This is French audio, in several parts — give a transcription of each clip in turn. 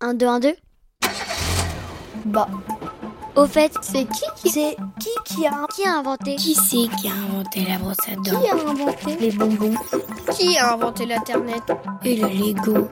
Un, deux, un, deux. Bah, Au fait, c'est qui qui, c'est qui qui a qui a inventé Qui c'est qui a inventé la brosse à dents qui a inventé Les bonbons Qui a inventé l'internet et le Lego.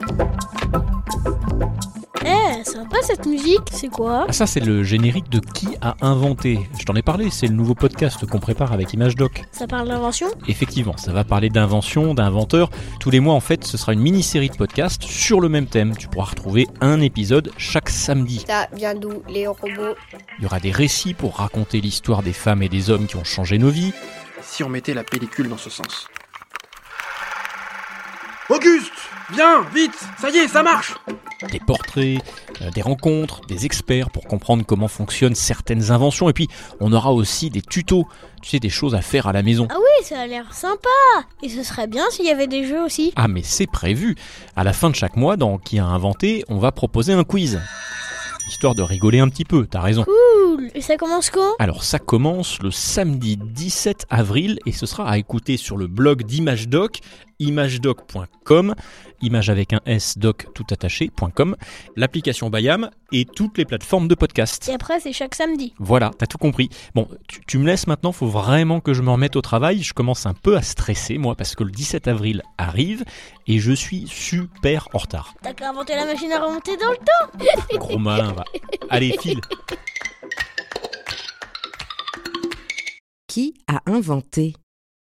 Eh, sympa cette musique, c'est quoi Ah ça c'est le générique de Qui a inventé Je t'en ai parlé, c'est le nouveau podcast qu'on prépare avec ImageDoc. Ça parle d'invention Effectivement, ça va parler d'invention, d'inventeur. Tous les mois en fait, ce sera une mini-série de podcasts sur le même thème. Tu pourras retrouver un épisode chaque samedi. Ça vient d'où les robots Il y aura des récits pour raconter l'histoire des femmes et des hommes qui ont changé nos vies. si on mettait la pellicule dans ce sens. Auguste Viens, vite Ça y est, ça marche des portraits, euh, des rencontres, des experts pour comprendre comment fonctionnent certaines inventions. Et puis, on aura aussi des tutos, tu sais, des choses à faire à la maison. Ah oui, ça a l'air sympa Et ce serait bien s'il y avait des jeux aussi. Ah, mais c'est prévu. À la fin de chaque mois, dans Qui a inventé, on va proposer un quiz. Histoire de rigoler un petit peu, t'as raison. Cool Et ça commence quand Alors ça commence le samedi 17 avril et ce sera à écouter sur le blog d'ImageDoc, imagedoc.com, image avec un S, doc tout attaché, .com, l'application Bayam et toutes les plateformes de podcast. Et après, c'est chaque samedi. Voilà, t'as tout compris. Bon, tu, tu me laisses maintenant, faut vraiment que je me remette au travail. Je commence un peu à stresser, moi, parce que le 17 avril arrive et je suis super en retard. T'as qu'à inventer la machine à remonter dans le Gros malin, va. Allez, file Qui a inventé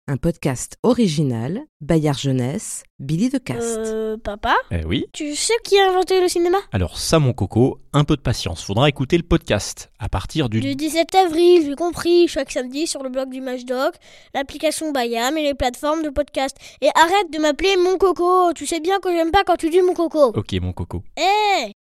Un podcast original, Bayard Jeunesse, Billy de Cast. Euh, papa Eh oui Tu sais qui a inventé le cinéma Alors ça, mon coco, un peu de patience. Faudra écouter le podcast à partir du... Du 17 avril, j'ai compris, chaque samedi sur le blog du Matchdoc, l'application Bayam et les plateformes de podcast. Et arrête de m'appeler mon coco, tu sais bien que j'aime pas quand tu dis mon coco. Ok, mon coco. Eh,